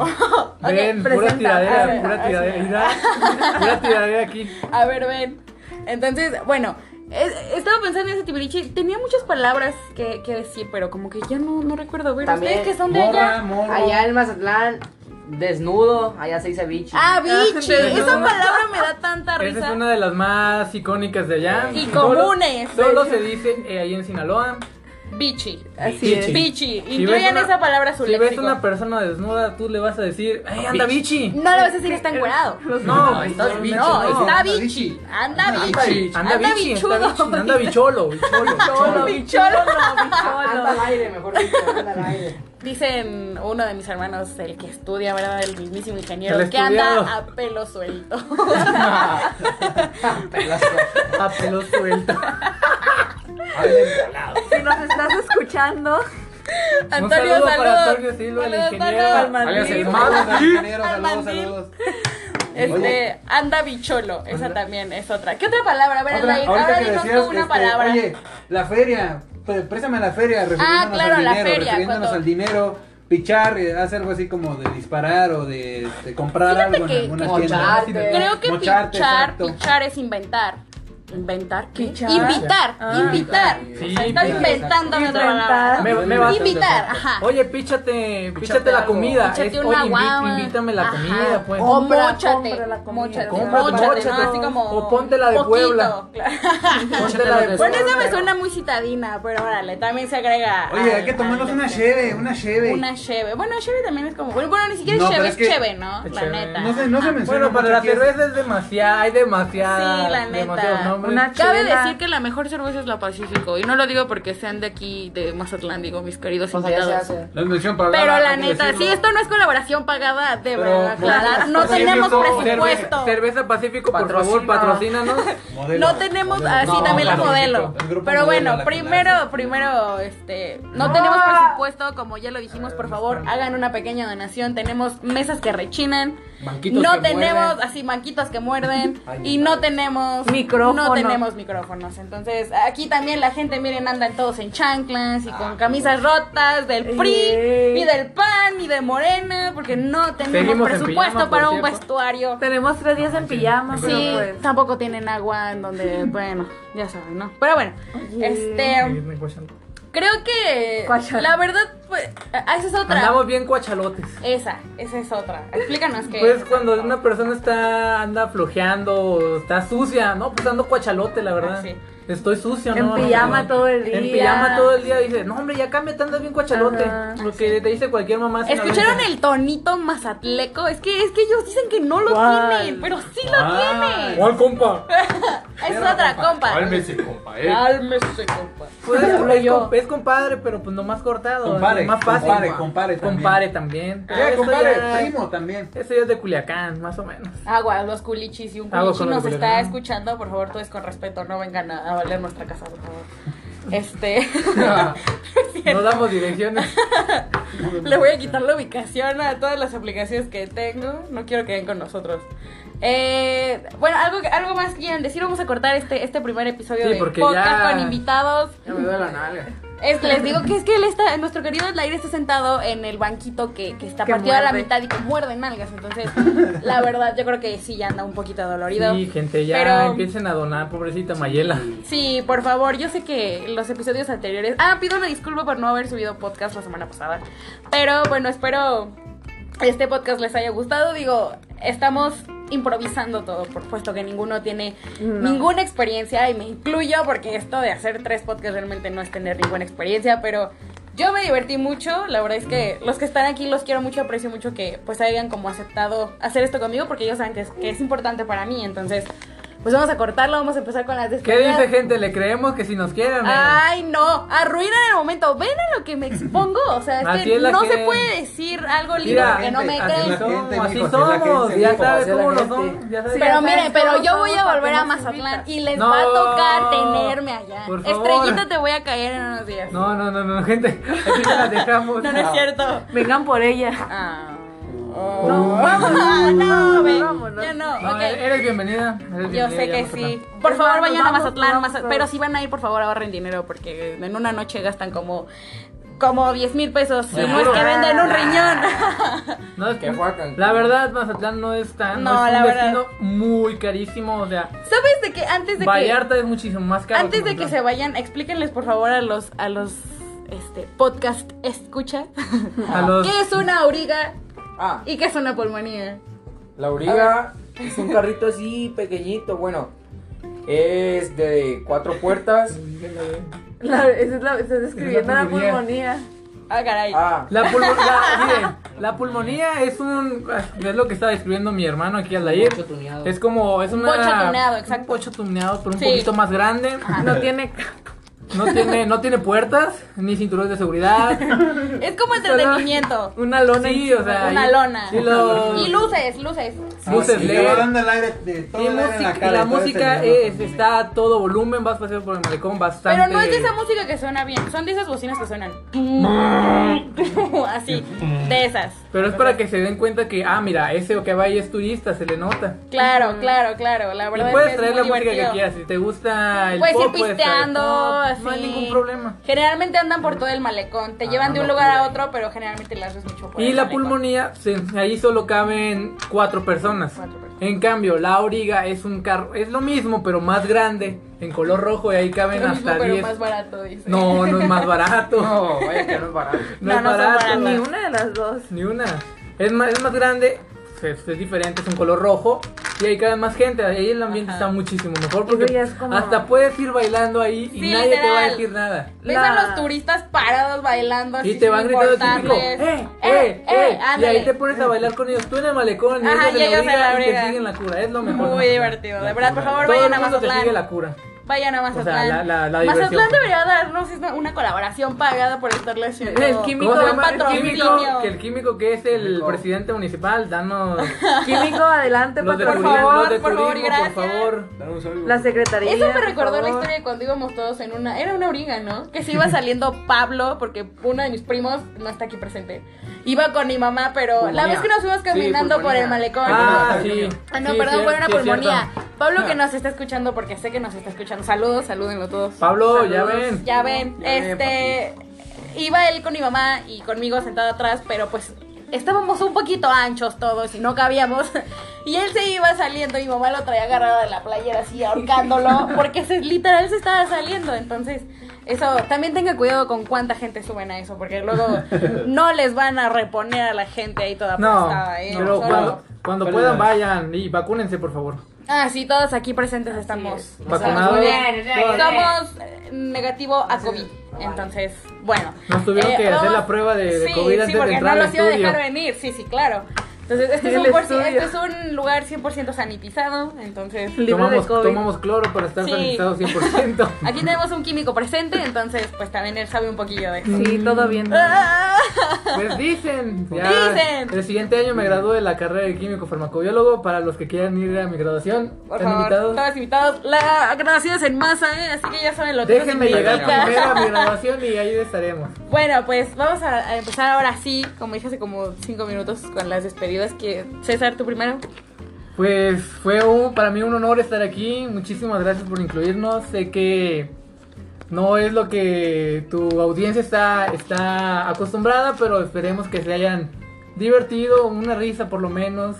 Speaker 1: Ok,
Speaker 2: Ah. Ven, pura
Speaker 1: presenta. Ah,
Speaker 2: tiradera,
Speaker 1: A ver,
Speaker 2: pura
Speaker 1: así.
Speaker 2: tiradera. Mira, Pura tiradera aquí.
Speaker 1: A ver, ven. Entonces, bueno, es- estaba pensando en ese tibirichi. Tenía muchas palabras que, que decir, pero como que ya no, no recuerdo. Ver,
Speaker 6: También,
Speaker 1: ustedes que son de
Speaker 5: Morra,
Speaker 1: allá.
Speaker 5: morro.
Speaker 6: Allá en Mazatlán, desnudo, allá se dice bichi.
Speaker 1: Ah, bichi.
Speaker 2: Ah, de-
Speaker 1: Esa palabra me da tanta
Speaker 2: Esa es
Speaker 1: risa.
Speaker 2: una de las más icónicas de allá.
Speaker 1: Y
Speaker 2: Solo-
Speaker 1: comunes, de
Speaker 2: Solo
Speaker 1: hecho.
Speaker 2: se dice eh, ahí en Sinaloa.
Speaker 1: Bichi.
Speaker 4: Así es.
Speaker 1: Bichi.
Speaker 2: Si ves
Speaker 1: Incluyan
Speaker 2: una-
Speaker 1: esa palabra a su
Speaker 2: Si ves
Speaker 1: léxico.
Speaker 2: una persona desnuda, tú le vas a decir, ¡Ey, anda bichi!
Speaker 1: No le vas a decir
Speaker 2: Eh,
Speaker 1: está encuerado.
Speaker 2: No,
Speaker 3: estás
Speaker 2: no,
Speaker 3: bichi,
Speaker 1: No,
Speaker 2: no.
Speaker 1: está
Speaker 3: anda
Speaker 1: bichi.
Speaker 3: bichi.
Speaker 1: Anda bichi.
Speaker 2: Anda bichi, está
Speaker 1: bichudo.
Speaker 2: bichi, anda bicholo, bicholo.
Speaker 4: Bicholo, bicholo,
Speaker 6: Anda al
Speaker 4: bicholo.
Speaker 6: aire, mejor dicho, anda al aire.
Speaker 1: Dicen mm, uno de mis hermanos, el que estudia, ¿verdad? El mismísimo ingeniero,
Speaker 2: El
Speaker 1: que anda
Speaker 2: estudiado.
Speaker 1: a pelo suelto.
Speaker 2: A pelo suelto.
Speaker 4: Si nos estás escuchando,
Speaker 1: Antonio,
Speaker 2: saludo para
Speaker 1: saludos.
Speaker 2: Antonio Silva, el
Speaker 1: Saludos,
Speaker 2: ingeniero.
Speaker 1: Antonio.
Speaker 4: Palma.
Speaker 5: Alias
Speaker 4: Mandil.
Speaker 5: el Saludos, ingeniero,
Speaker 1: Al
Speaker 5: saludos,
Speaker 1: mandil.
Speaker 5: saludos.
Speaker 1: Este,
Speaker 5: Oye.
Speaker 1: anda bicholo, esa también es otra. ¿Qué otra palabra? A ver,
Speaker 5: Otra,
Speaker 1: Alain,
Speaker 5: ahorita
Speaker 1: ahora
Speaker 5: que
Speaker 1: dinos
Speaker 5: decías
Speaker 1: tú
Speaker 5: que,
Speaker 1: una
Speaker 5: este,
Speaker 1: palabra. Ah,
Speaker 5: Oye, la feria, pre- préstame la feria, refiriéndonos
Speaker 1: claro,
Speaker 5: al
Speaker 1: la
Speaker 5: dinero,
Speaker 1: feria,
Speaker 5: refiriéndonos
Speaker 1: cuando-
Speaker 5: al dinero, pichar, eh, hace algo así como de disparar o de, de comprar
Speaker 1: Fíjate
Speaker 5: algo
Speaker 1: que-
Speaker 5: en alguna
Speaker 6: que-
Speaker 5: tienda.
Speaker 6: Mocharte.
Speaker 1: Creo que
Speaker 5: Mocharte,
Speaker 1: pichar,
Speaker 5: exacto.
Speaker 1: pichar es inventar. Inventar. ¿qué?
Speaker 4: Pichar.
Speaker 1: Invitar.
Speaker 4: Ah.
Speaker 1: invitar.
Speaker 2: Sí,
Speaker 1: O sea, están
Speaker 2: invitar.
Speaker 1: inventándome otra palabra.
Speaker 2: Me, me vas a-
Speaker 1: Invitar, ajá.
Speaker 2: Oye, píchate, píchate
Speaker 3: Píchate
Speaker 2: la
Speaker 3: algo.
Speaker 2: comida.
Speaker 1: Móchate
Speaker 2: Es,
Speaker 1: una
Speaker 2: oye, invi-
Speaker 1: guava.
Speaker 2: invítame la
Speaker 1: Ajá. Oh,
Speaker 2: comida, pues.
Speaker 1: O
Speaker 4: Compra,
Speaker 1: móchate.
Speaker 4: compra la comida.
Speaker 1: móchate,
Speaker 2: Compra,
Speaker 1: móchate, ¿no?
Speaker 2: móchate.
Speaker 1: Así como.
Speaker 2: O ponte la de
Speaker 1: poquito,
Speaker 2: Puebla.
Speaker 1: claro.
Speaker 2: Póntela de
Speaker 1: Bueno, esa me
Speaker 2: puerco.
Speaker 1: suena muy citadina, pero órale, también se agrega.
Speaker 5: Oye, hay
Speaker 1: al-
Speaker 5: que tomarnos
Speaker 1: al- este.
Speaker 5: una cheve, una cheve.
Speaker 1: Ah, Una cheve. Bueno, cheve también es como. Bueno, bueno, ni siquiera
Speaker 5: No,
Speaker 1: es cheve,
Speaker 5: pero
Speaker 1: es
Speaker 5: es que-
Speaker 1: cheve, ¿no?
Speaker 2: Es
Speaker 1: La
Speaker 2: cheve.
Speaker 1: neta.
Speaker 5: No sé, no se
Speaker 1: Ajá.
Speaker 5: menciona.
Speaker 2: Bueno, para
Speaker 5: mucho
Speaker 2: la
Speaker 5: aquí, es-
Speaker 2: cerveza es demasiada, hay demasiada.
Speaker 1: Sí, la neta.
Speaker 2: demasiados nombres.
Speaker 4: Una
Speaker 1: Cabe
Speaker 4: chela.
Speaker 1: decir que la mejor cerveza es la Pacífico. Y no lo digo porque sean de aquí, de Mazatlán, digo, mis queridos
Speaker 6: O sea, ya se
Speaker 1: invitados.
Speaker 6: hace.
Speaker 5: La mención pagada,
Speaker 1: Pero la
Speaker 5: hay que
Speaker 1: neta,
Speaker 5: decirlo.
Speaker 1: sí, esto no es colaboración pagada, de
Speaker 5: Pero,
Speaker 1: verdad,
Speaker 5: bueno,
Speaker 1: aclarar. No
Speaker 5: pues,
Speaker 1: tenemos
Speaker 5: cerveza-
Speaker 1: presupuesto.
Speaker 2: Cerveza, cerveza Pacífico, por
Speaker 6: Patrocina.
Speaker 2: favor, patrocínanos.
Speaker 5: Modelo.
Speaker 1: No tenemos,
Speaker 5: Modelo.
Speaker 1: así
Speaker 6: No,
Speaker 1: también la
Speaker 5: claro,
Speaker 1: modelo.
Speaker 5: el grupo
Speaker 1: Pero
Speaker 5: modelo,
Speaker 1: bueno,
Speaker 5: la que
Speaker 1: primero,
Speaker 5: nace.
Speaker 1: primero, este, no tenemos presupuesto, como ya lo dijimos, por favor, hagan una pequeña donación. Tenemos mesas que rechinan.
Speaker 3: Banquitos
Speaker 1: no
Speaker 3: que
Speaker 1: tenemos
Speaker 3: muerden.
Speaker 1: así manquitos que muerden
Speaker 3: Ay,
Speaker 1: y no
Speaker 3: madre.
Speaker 1: tenemos
Speaker 4: Micrófonos.
Speaker 1: No tenemos micrófonos. Entonces, aquí también la gente, miren, andan todos en chanclas y con camisas rotas del PRI
Speaker 4: Ey.
Speaker 1: y del PAN y de Morena, porque no tenemos
Speaker 2: Seguimos en
Speaker 1: presupuesto
Speaker 2: pijama, por
Speaker 1: para un
Speaker 2: cierto.
Speaker 1: vestuario.
Speaker 4: Tenemos tres días en pijama, pero
Speaker 1: Sí,
Speaker 4: pues.
Speaker 1: tampoco tienen agua en donde, bueno, ya saben, ¿no? Pero bueno,
Speaker 4: Oye.
Speaker 1: este, creo que
Speaker 4: Cuachala.
Speaker 1: la verdad, pues, ah, esa es otra.
Speaker 2: Andamos bien cuachalotes.
Speaker 1: Esa, esa es otra. Explícanos qué.
Speaker 2: Pues
Speaker 1: es.
Speaker 2: cuando una persona está anda flojeando, o está sucia, no, pues ando cuachalote, la verdad.
Speaker 1: Ah, sí.
Speaker 2: Estoy sucio,
Speaker 4: En
Speaker 2: ¿no?
Speaker 4: pijama
Speaker 2: No,
Speaker 4: todo el día.
Speaker 2: En pijama todo el día dice, no hombre, ya cámbiate, andas bien cuachalote.
Speaker 4: Ajá.
Speaker 2: Porque te dice cualquier mamá. sin
Speaker 1: ¿Escucharon
Speaker 2: vergüenza.
Speaker 1: el tonito mazatleco? Es que, es que ellos dicen que no lo
Speaker 4: ¿Cuál?
Speaker 1: tienen, pero sí lo
Speaker 5: ¿Cuál?
Speaker 1: tienen.
Speaker 2: ¡Ay, compa!
Speaker 1: Es otra, compa.
Speaker 5: Cálmese, compa, eh.
Speaker 1: Cálmese, compa.
Speaker 2: Pues,
Speaker 4: Hablo
Speaker 2: es,
Speaker 4: yo.
Speaker 2: com- es compadre, pero pues no más cortado.
Speaker 5: Compare,
Speaker 2: más fácil.
Speaker 5: compare,
Speaker 2: Compare
Speaker 5: compare también.
Speaker 2: también.
Speaker 5: Eh,
Speaker 1: Ah,
Speaker 2: Pero esto
Speaker 5: compadre,
Speaker 2: ya-
Speaker 5: primo también.
Speaker 2: Esto ya es de Culiacán, más o menos.
Speaker 1: Agua, los culichis. Si un
Speaker 2: Agua
Speaker 1: culichi
Speaker 2: con los
Speaker 1: nos
Speaker 2: culichis.
Speaker 1: está escuchando, por favor, todos con respeto, no vengan a, a valer nuestra casa, por favor. Este.
Speaker 2: no damos direcciones.
Speaker 1: Le voy a quitar la ubicación a todas las aplicaciones que tengo. No quiero que vengan con nosotros. Eh, bueno, algo, que- algo más quieren decir. Vamos a cortar este, este primer episodio
Speaker 2: Sí,
Speaker 1: de
Speaker 2: porque
Speaker 1: podcast
Speaker 2: ya-
Speaker 1: con invitados.
Speaker 3: Ya me duele la nalga.
Speaker 1: Es que les digo que es que él está, nuestro querido Slair está sentado en el banquito que, que está
Speaker 4: Que
Speaker 1: partido a la
Speaker 4: muerde.
Speaker 1: mitad y que muerde nalgas. Entonces, la verdad, yo creo que sí ya anda un poquito dolorido.
Speaker 2: Sí, gente, ya
Speaker 1: Pero-
Speaker 2: empiecen a donar, pobrecita Mayela.
Speaker 1: Sí, por favor, yo sé que los episodios anteriores. Ah, pido una disculpa por no haber subido podcast la semana pasada. Pero bueno, espero este podcast les haya gustado. Digo, estamos improvisando todo, por puesto que ninguno tiene
Speaker 4: No.
Speaker 1: ninguna experiencia y me incluyo porque esto de hacer tres podcasts realmente no es tener ninguna experiencia, pero yo me divertí mucho, la verdad es que los que están aquí los quiero mucho, aprecio mucho que pues hayan como aceptado hacer esto conmigo porque ellos saben que es, que es importante para mí, entonces pues vamos a cortarlo, vamos a empezar con las
Speaker 2: ¿Qué
Speaker 1: despedidas.
Speaker 2: dice, gente? ¿Le creemos que si nos quieren? eh.
Speaker 1: Ay, no, arruinan el momento. Ven a lo que me expongo. O sea, es
Speaker 2: Así
Speaker 1: que
Speaker 2: es la
Speaker 1: no se
Speaker 2: gente.
Speaker 1: puede decir algo lindo
Speaker 2: Mira,
Speaker 1: que no me
Speaker 5: así es
Speaker 1: creen.
Speaker 5: la gente,
Speaker 2: así
Speaker 5: mijo, así es la
Speaker 2: somos,
Speaker 5: gente,
Speaker 2: ya
Speaker 5: mijo,
Speaker 2: sabes
Speaker 3: así es la
Speaker 2: cómo lo
Speaker 3: gente.
Speaker 2: son. Ya sabes.
Speaker 1: Pero
Speaker 4: Sí,
Speaker 1: miren,
Speaker 4: ¿sabes
Speaker 1: pero
Speaker 4: cómo
Speaker 1: yo voy a
Speaker 4: somos?
Speaker 1: volver a
Speaker 4: Para que no se
Speaker 1: Mazatlán
Speaker 4: ubica.
Speaker 1: y les
Speaker 2: No,
Speaker 1: va a tocar tenerme allá.
Speaker 2: por favor.
Speaker 1: Estrellita te voy a caer en unos días.
Speaker 2: No, no, no, no, gente. Aquí se las dejamos.
Speaker 1: no, no es cierto.
Speaker 4: Vengan por ella.
Speaker 1: Ah.
Speaker 4: No,
Speaker 1: Ah, no, ven,
Speaker 4: vámonos.
Speaker 1: Ya no,
Speaker 2: No,
Speaker 1: ok.
Speaker 2: Eres bienvenida. eres
Speaker 1: Yo
Speaker 2: bienvenida
Speaker 1: sé
Speaker 2: ya,
Speaker 1: que
Speaker 2: Mazatlán.
Speaker 1: sí. Por favor,
Speaker 4: Vamos,
Speaker 1: vayan a
Speaker 4: vamos,
Speaker 1: Mazatlán.
Speaker 4: vamos,
Speaker 1: Maza-
Speaker 4: vamos.
Speaker 1: Pero si van a ir, por favor, ahorren dinero porque en una noche gastan como, como 10 mil pesos. Y no es que venden un riñón.
Speaker 2: No, es que
Speaker 3: Que fue a Cancún.
Speaker 2: La verdad, Mazatlán no es tan.
Speaker 1: No,
Speaker 2: es
Speaker 1: la
Speaker 2: un
Speaker 1: verdad.
Speaker 2: destino muy carísimo. O sea,
Speaker 1: ¿Sabes de qué? Antes de
Speaker 2: Vallarta es muchísimo más
Speaker 1: que
Speaker 2: caro.
Speaker 1: antes de que se vayan, explíquenles por favor a los a los este podcast escucha
Speaker 2: A los-
Speaker 1: qué es una auriga
Speaker 3: Ah,
Speaker 1: y qué es una pulmonía.
Speaker 3: la auriga es un carrito así pequeñito, bueno. Es de cuatro puertas.
Speaker 4: La, esa es la, estás describiendo la
Speaker 2: pulmonía.
Speaker 4: pulmonía.
Speaker 1: Ah, caray.
Speaker 3: Ah,
Speaker 2: La, pulmo- la- miren, la pulmonía es un. Es lo que está describiendo mi hermano aquí al ayer.
Speaker 6: Mucho tuneado.
Speaker 2: Es como. Es
Speaker 1: Un
Speaker 2: una,
Speaker 1: bocho tuneado, exacto.
Speaker 2: Un bocho tuneado, pero un
Speaker 1: Sí.
Speaker 2: poquito más grande.
Speaker 4: No tiene.
Speaker 2: No tiene, no tiene puertas, ni cinturones de seguridad.
Speaker 1: Es como entretenimiento.
Speaker 4: Una lona.
Speaker 2: Sí,
Speaker 4: encima.
Speaker 2: o sea.
Speaker 1: Una
Speaker 2: y-
Speaker 1: lona.
Speaker 2: Y, los-
Speaker 1: Y luces, luces.
Speaker 2: Luces
Speaker 5: Y le
Speaker 2: LED.
Speaker 5: va dando el aire de
Speaker 2: Ah, y
Speaker 5: todo el aire en
Speaker 2: música-
Speaker 5: la
Speaker 2: y la
Speaker 5: cara. todo este ese
Speaker 2: música
Speaker 5: dinero
Speaker 2: es,
Speaker 5: también.
Speaker 2: está a todo volumen, vas paseando por el malecón bastante.
Speaker 1: Pero no es de esa música que suena bien, son de esas bocinas que suenan. Así, de esas.
Speaker 2: Pero es para que se den cuenta que, ah, mira, ese que va ahí es turista, se le nota.
Speaker 1: Claro, claro, claro. La
Speaker 2: Y
Speaker 1: verdad
Speaker 2: puedes
Speaker 1: es que
Speaker 2: traer
Speaker 1: es
Speaker 2: la
Speaker 1: muy
Speaker 2: música que
Speaker 1: divertido.
Speaker 2: quieras. Si te gusta el
Speaker 1: Puedes ir
Speaker 2: pop, traer
Speaker 1: pisteando,
Speaker 2: pop, No hay
Speaker 1: así.
Speaker 2: ningún problema.
Speaker 1: Generalmente andan por todo el malecón, te
Speaker 2: Ah,
Speaker 1: llevan de un
Speaker 2: locura.
Speaker 1: lugar a otro, pero generalmente las ves mucho por
Speaker 2: Y
Speaker 1: el
Speaker 2: la
Speaker 1: malecón.
Speaker 2: pulmonía, se- ahí solo caben cuatro personas.
Speaker 1: Cuatro personas.
Speaker 2: En cambio, la auriga es un carro, es lo mismo, pero más grande, en color rojo, y ahí caben
Speaker 1: Lo mismo,
Speaker 2: hasta
Speaker 1: pero
Speaker 2: 10.
Speaker 1: más barato, dice.
Speaker 2: No, no es más barato. No,
Speaker 3: No, vaya que no es barato.
Speaker 4: No,
Speaker 2: es
Speaker 4: no son
Speaker 2: barato.
Speaker 4: baratas, ni una de las dos.
Speaker 2: Ni una. Es más, es más grande, es, es diferente, es un color rojo. Y ahí cabe más gente, ahí el ambiente
Speaker 1: Ajá.
Speaker 2: está muchísimo mejor
Speaker 4: Y luego ya
Speaker 2: porque
Speaker 4: es como-
Speaker 2: hasta puedes ir bailando ahí y
Speaker 1: Sí,
Speaker 2: nadie te va a
Speaker 1: literal.
Speaker 2: decir nada.
Speaker 1: Ves a
Speaker 4: La-
Speaker 1: los turistas parados bailando así.
Speaker 2: Y te van
Speaker 1: sin
Speaker 2: gritando el típico,
Speaker 1: importarles.
Speaker 2: ¡eh, eh, eh! Y
Speaker 1: ándale.
Speaker 2: ahí te pones a bailar con ellos, tú en el malecón, y
Speaker 1: Ajá,
Speaker 2: ellos en la
Speaker 1: y ellos en la
Speaker 2: orilla y te
Speaker 1: abriga.
Speaker 2: siguen la cura, es lo mejor.
Speaker 1: Muy divertido, de verdad, por favor,
Speaker 2: Todo el
Speaker 1: vayan a
Speaker 2: mundo te sigue la
Speaker 1: Mazatlán.
Speaker 2: cura.
Speaker 1: Vayan a Mazatlán.
Speaker 2: la- la- la diversión.
Speaker 1: Mazatlán debería darnos una- una colaboración pagada por estarle haciendo.
Speaker 4: El químico,
Speaker 2: ¿Cómo se
Speaker 1: un
Speaker 2: llama? El químico,
Speaker 1: patrocinio.
Speaker 2: que el químico que es el
Speaker 3: Químico.
Speaker 2: presidente municipal, danos
Speaker 4: Químico, adelante,
Speaker 2: los de
Speaker 1: Por
Speaker 2: turismo,
Speaker 1: favor,
Speaker 4: patrocinio.
Speaker 2: los de
Speaker 1: por favor,
Speaker 2: turismo,
Speaker 1: gracias.
Speaker 2: por favor.
Speaker 4: La secretaría.
Speaker 1: Eso me
Speaker 4: por
Speaker 1: recordó la
Speaker 4: favor.
Speaker 1: historia de cuando íbamos todos en una. Era una origa, ¿no? Que se iba saliendo Pablo, porque uno de mis primos no está aquí presente. Iba con mi mamá, pero la
Speaker 3: Pulmonía.
Speaker 1: vez que nos fuimos
Speaker 3: Sí,
Speaker 1: caminando por
Speaker 3: pulmonía.
Speaker 1: el malecón.
Speaker 2: Ah, sí.
Speaker 1: Ah, no,
Speaker 2: Sí,
Speaker 1: perdón,
Speaker 2: sí,
Speaker 1: fue una
Speaker 2: sí, es
Speaker 1: pulmonía.
Speaker 2: cierto. Ah.
Speaker 1: Pablo que
Speaker 2: No.
Speaker 1: nos está escuchando porque sé que nos está escuchando. Saludos, salúdenlo todos.
Speaker 2: Pablo, ya
Speaker 1: Saludos.
Speaker 2: ven.
Speaker 1: Ya ven.
Speaker 3: Ya ven,
Speaker 1: este iba él con mi mamá y conmigo sentado atrás, pero pues estábamos un poquito anchos todos y no cabíamos. Y él se iba saliendo, y mi mamá lo traía agarrado de la playera así ahorcándolo porque se literal se estaba saliendo, entonces eso, también tenga cuidado con cuánta gente suben a eso, porque luego no les van a reponer a la gente ahí toda
Speaker 2: No,
Speaker 1: aplastada, ¿eh?
Speaker 2: pero
Speaker 1: Solo-
Speaker 2: cuando, cuando
Speaker 5: Solo-
Speaker 2: puedan vayan y vacúnense, por favor.
Speaker 1: Ah, sí, todos aquí presentes estamos.
Speaker 2: es. Vacunados.
Speaker 1: Muy bien.
Speaker 6: Todos.
Speaker 1: Somos eh, negativo a COVID. Entonces, bueno. Eh,
Speaker 2: Nos tuvieron que hacer la prueba de- de
Speaker 1: sí,
Speaker 2: COVID
Speaker 1: Sí,
Speaker 2: antes de
Speaker 1: porque
Speaker 2: entrar
Speaker 1: no
Speaker 2: al
Speaker 1: los iba a dejar
Speaker 2: estudio.
Speaker 1: venir. Sí, sí, claro. Entonces, este es,
Speaker 4: El
Speaker 1: un por-
Speaker 4: estudio.
Speaker 1: este es un lugar 100% sanitizado. Entonces,
Speaker 4: Libre
Speaker 2: Tomamos,
Speaker 4: de COVID.
Speaker 2: tomamos cloro para estar
Speaker 1: Sí.
Speaker 2: sanitizados 100%.
Speaker 1: aquí tenemos un químico presente. Entonces, pues también él sabe un poquillo de eso.
Speaker 4: Sí, todo bien.
Speaker 1: Ah,
Speaker 2: Pues dicen, ya,
Speaker 1: Dicen.
Speaker 2: El siguiente año me gradué de la carrera de químico farmacobiólogo. Para los que quieran ir a mi graduación,
Speaker 1: Por
Speaker 2: están
Speaker 1: favor,
Speaker 2: invitados.
Speaker 1: todos invitados. La grabación es en masa, ¿eh? Así que ya saben lo que nos
Speaker 2: Déjenme
Speaker 1: implica.
Speaker 2: llegar primero a mi graduación y ahí estaremos.
Speaker 1: Bueno, pues vamos a a empezar ahora sí, como dije hace como cinco minutos, con las despedidas que... César, tú primero.
Speaker 2: Pues fue un- para mí un honor estar aquí. Muchísimas gracias por incluirnos. Sé que no es lo que tu audiencia está, está acostumbrada, pero esperemos que se hayan divertido, una risa por lo menos.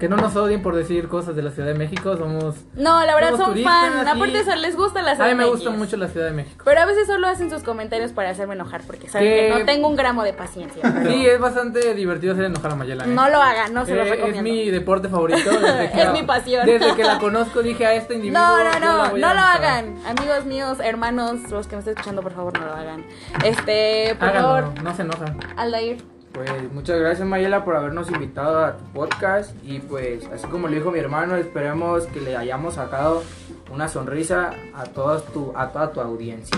Speaker 2: Que no nos odien por decir cosas de la Ciudad de México. Somos.
Speaker 1: No, la verdad
Speaker 2: Somos
Speaker 1: son
Speaker 2: turistas,
Speaker 1: fan.
Speaker 2: sí.
Speaker 1: Aparte, eso, les gusta las
Speaker 2: A mí me
Speaker 1: CDMX.
Speaker 2: gusta mucho la Ciudad de México.
Speaker 1: Pero a veces solo hacen sus comentarios para hacerme enojar, porque saben
Speaker 2: ¿Qué?
Speaker 1: que no tengo un gramo de paciencia. pero
Speaker 2: Sí, es bastante divertido hacer enojar a Mayela. ¿eh?
Speaker 1: no lo hagan, no se los
Speaker 2: Eh,
Speaker 1: recomiendo.
Speaker 2: Es mi deporte favorito. desde que
Speaker 1: Es
Speaker 2: la-
Speaker 1: mi pasión.
Speaker 2: Desde que la conozco dije a este individuo.
Speaker 1: No, no,
Speaker 2: yo
Speaker 1: no,
Speaker 2: la
Speaker 1: no
Speaker 2: voy
Speaker 1: lo
Speaker 2: a matar".
Speaker 1: hagan. Amigos míos, hermanos, los que me están escuchando, por favor, no lo hagan. Este, por
Speaker 2: Háganlo,
Speaker 1: favor,
Speaker 2: no se enojan.
Speaker 1: Aldair.
Speaker 3: Pues muchas gracias Mayela por habernos invitado a tu podcast y pues así como lo dijo mi hermano, esperemos que le hayamos sacado una sonrisa a todos tu a toda tu audiencia.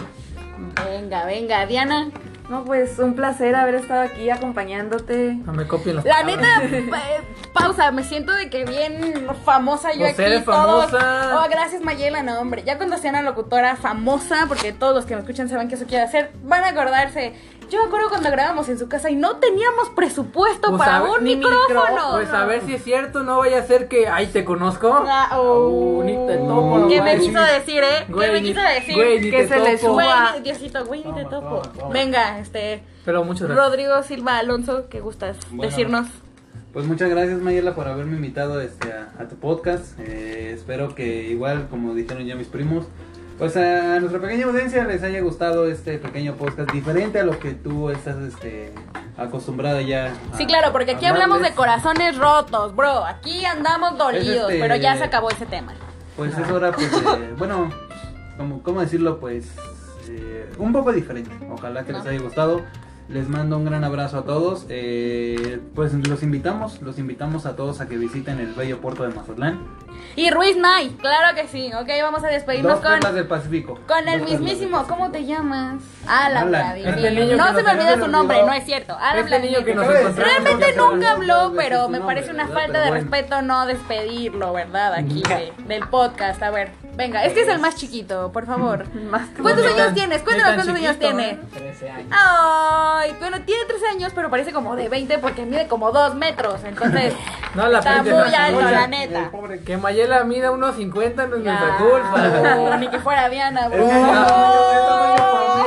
Speaker 1: Venga, venga, Diana.
Speaker 4: No, pues un placer haber estado aquí acompañándote.
Speaker 2: No me copien las
Speaker 1: La
Speaker 2: palabras.
Speaker 1: neta, eh, pausa, me siento de que bien famosa yo
Speaker 2: O
Speaker 1: aquí.
Speaker 2: sea, Pues eres
Speaker 1: todos-
Speaker 2: famosa.
Speaker 1: Oh, gracias Mayela, no hombre. Ya cuando sea una locutora famosa, porque todos los que me escuchan saben que eso quiere hacer, van a acordarse. Yo me acuerdo cuando grabamos en su casa y no teníamos presupuesto
Speaker 2: Pues
Speaker 1: para
Speaker 2: a ver-
Speaker 1: un
Speaker 2: ni
Speaker 1: micrófono.
Speaker 2: Pues a ver si es cierto, no vaya a ser que. ¡Ay, te conozco!
Speaker 1: Ah, oh.
Speaker 2: ni te topo,
Speaker 1: ¿Qué me
Speaker 2: güey.
Speaker 1: quiso decir, eh?
Speaker 2: Güey,
Speaker 1: ¿Qué me
Speaker 2: ni-
Speaker 1: quiso decir?
Speaker 2: güey, ni
Speaker 4: Que
Speaker 2: te
Speaker 4: se le
Speaker 2: topo.
Speaker 1: Güey,
Speaker 4: suba.
Speaker 1: ni- Diosito, güey, ni te
Speaker 5: Toma,
Speaker 1: topo.
Speaker 5: toma, toma.
Speaker 1: Venga, este.
Speaker 2: Pero muchas gracias.
Speaker 1: Rodrigo Silva Alonso, ¿qué gustas
Speaker 5: Bueno.
Speaker 1: decirnos?
Speaker 5: Pues muchas gracias Mayela por haberme invitado este, a, a tu podcast. Eh, espero que igual, como dijeron ya mis primos, pues a nuestra pequeña audiencia les haya gustado este pequeño podcast diferente a lo que tú estás este, acostumbrada ya. a-
Speaker 1: Sí, claro, porque aquí hablamos de
Speaker 5: hablarles.
Speaker 1: corazones rotos, bro. Aquí andamos dolidos,
Speaker 5: este-
Speaker 1: pero ya se acabó ese tema.
Speaker 5: Pues es hora, pues, de- bueno, como, ¿cómo decirlo? Pues eh, un poco diferente. Ojalá que les
Speaker 1: No.
Speaker 5: haya gustado. Les mando un gran abrazo a todos. Eh, pues los invitamos, los invitamos a todos a que visiten el bello puerto de Mazatlán.
Speaker 1: Y Ruiz Nay, claro que sí. Ok, vamos a despedirnos
Speaker 5: Dos
Speaker 1: con,
Speaker 5: perlas del Pacífico.
Speaker 1: con el
Speaker 5: Dos perlas del
Speaker 1: mismísimo.
Speaker 5: Pacífico.
Speaker 1: ¿Cómo te llamas? Alan.
Speaker 5: Alan.
Speaker 1: Vladimir.
Speaker 2: Este niño
Speaker 1: no
Speaker 2: que
Speaker 1: se
Speaker 2: nos-
Speaker 1: me olvida
Speaker 5: se me
Speaker 1: su nombre,
Speaker 5: olvidó.
Speaker 1: no es cierto. Alan
Speaker 2: Este niño
Speaker 1: Vladimir.
Speaker 2: que nos
Speaker 5: Acaba de
Speaker 2: encontramos.
Speaker 1: Realmente
Speaker 5: Pero
Speaker 1: nunca habló, pero me
Speaker 5: no,
Speaker 1: parece una
Speaker 5: ¿verdad?
Speaker 1: falta de
Speaker 5: Pero bueno.
Speaker 1: respeto no despedirlo, ¿verdad? Aquí de- del podcast. A ver, venga, es que es el más chiquito, por favor.
Speaker 4: Más que-
Speaker 1: ¿Cuántos
Speaker 2: Ni
Speaker 1: años
Speaker 2: tan-
Speaker 1: tienes?
Speaker 2: ni
Speaker 1: Cuéntanos
Speaker 2: tan
Speaker 1: cuántos años
Speaker 2: chiquito,
Speaker 1: tiene.
Speaker 2: ¿eh?
Speaker 6: 13 años.
Speaker 1: Ay, bueno, tiene 13 años, pero parece como de 20 porque mide como 2 metros. Entonces,
Speaker 2: No, la
Speaker 1: está
Speaker 2: frente
Speaker 1: muy
Speaker 2: no,
Speaker 1: alto,
Speaker 2: no,
Speaker 1: la
Speaker 2: ya.
Speaker 1: neta.
Speaker 2: Que Mayela mida unos 50 no es nuestra
Speaker 1: Ya,
Speaker 2: culpa.
Speaker 1: Ni que fuera Diana, bro.
Speaker 5: Es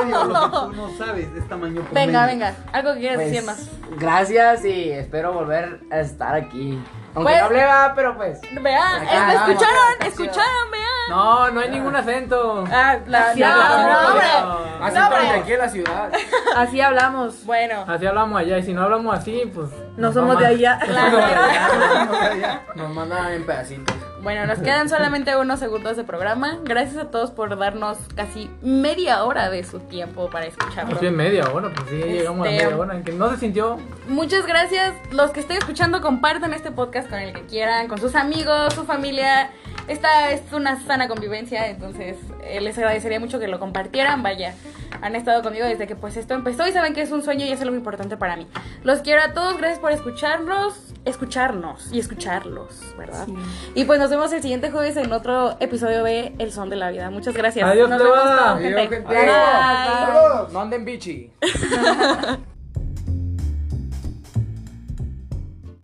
Speaker 5: que ya, es tamaño promedio, lo que tú no sabes, es tamaño promedio.
Speaker 1: Venga, venga, algo que quieras
Speaker 6: Pues,
Speaker 1: decir más.
Speaker 6: gracias y espero volver a estar aquí.
Speaker 3: Aunque
Speaker 1: Pues-
Speaker 3: no hablé, va, pero pues.
Speaker 1: Vean,
Speaker 3: Acá,
Speaker 1: ¿me
Speaker 3: vamos,
Speaker 1: escucharon?
Speaker 6: acá,
Speaker 1: ¿Escucharon? Vean.
Speaker 2: No, no hay ningún acento.
Speaker 1: Ah, la,
Speaker 4: Sí, no,
Speaker 1: hombre.
Speaker 2: no.
Speaker 3: Así
Speaker 1: No,
Speaker 3: todo
Speaker 1: hombre.
Speaker 3: aquí en la ciudad.
Speaker 4: Así hablamos.
Speaker 1: Bueno,
Speaker 2: Así hablamos allá y si no hablamos así, pues...
Speaker 4: No
Speaker 2: nos
Speaker 4: somos
Speaker 2: va
Speaker 4: de
Speaker 2: mal.
Speaker 4: allá.
Speaker 3: Nos mandan en pedacitos.
Speaker 1: bueno, nos quedan solamente unos segundos de programa. Gracias a todos por darnos casi media hora de su tiempo para escucharlo.
Speaker 2: Pues bien media hora, pues sí, llegamos a
Speaker 1: Este-
Speaker 2: media hora. Que no se sintió...
Speaker 1: Muchas gracias. Los que estén escuchando, compartan este podcast con el que quieran, con sus amigos, su familia. Esta es una sana convivencia, entonces eh, les agradecería mucho que lo compartieran. Vaya, han estado conmigo desde que pues esto empezó y saben que es un sueño y es algo importante para mí. Los quiero a todos, gracias por escucharlos, escucharnos y escucharlos, ¿verdad? Y pues nos vemos el siguiente jueves en otro episodio de El Son de la Vida. Muchas gracias.
Speaker 2: Adiós,
Speaker 1: nos vemos,
Speaker 2: plebada.
Speaker 1: gente.
Speaker 3: Adiós, gente.
Speaker 1: Bye.
Speaker 3: No anden bichi.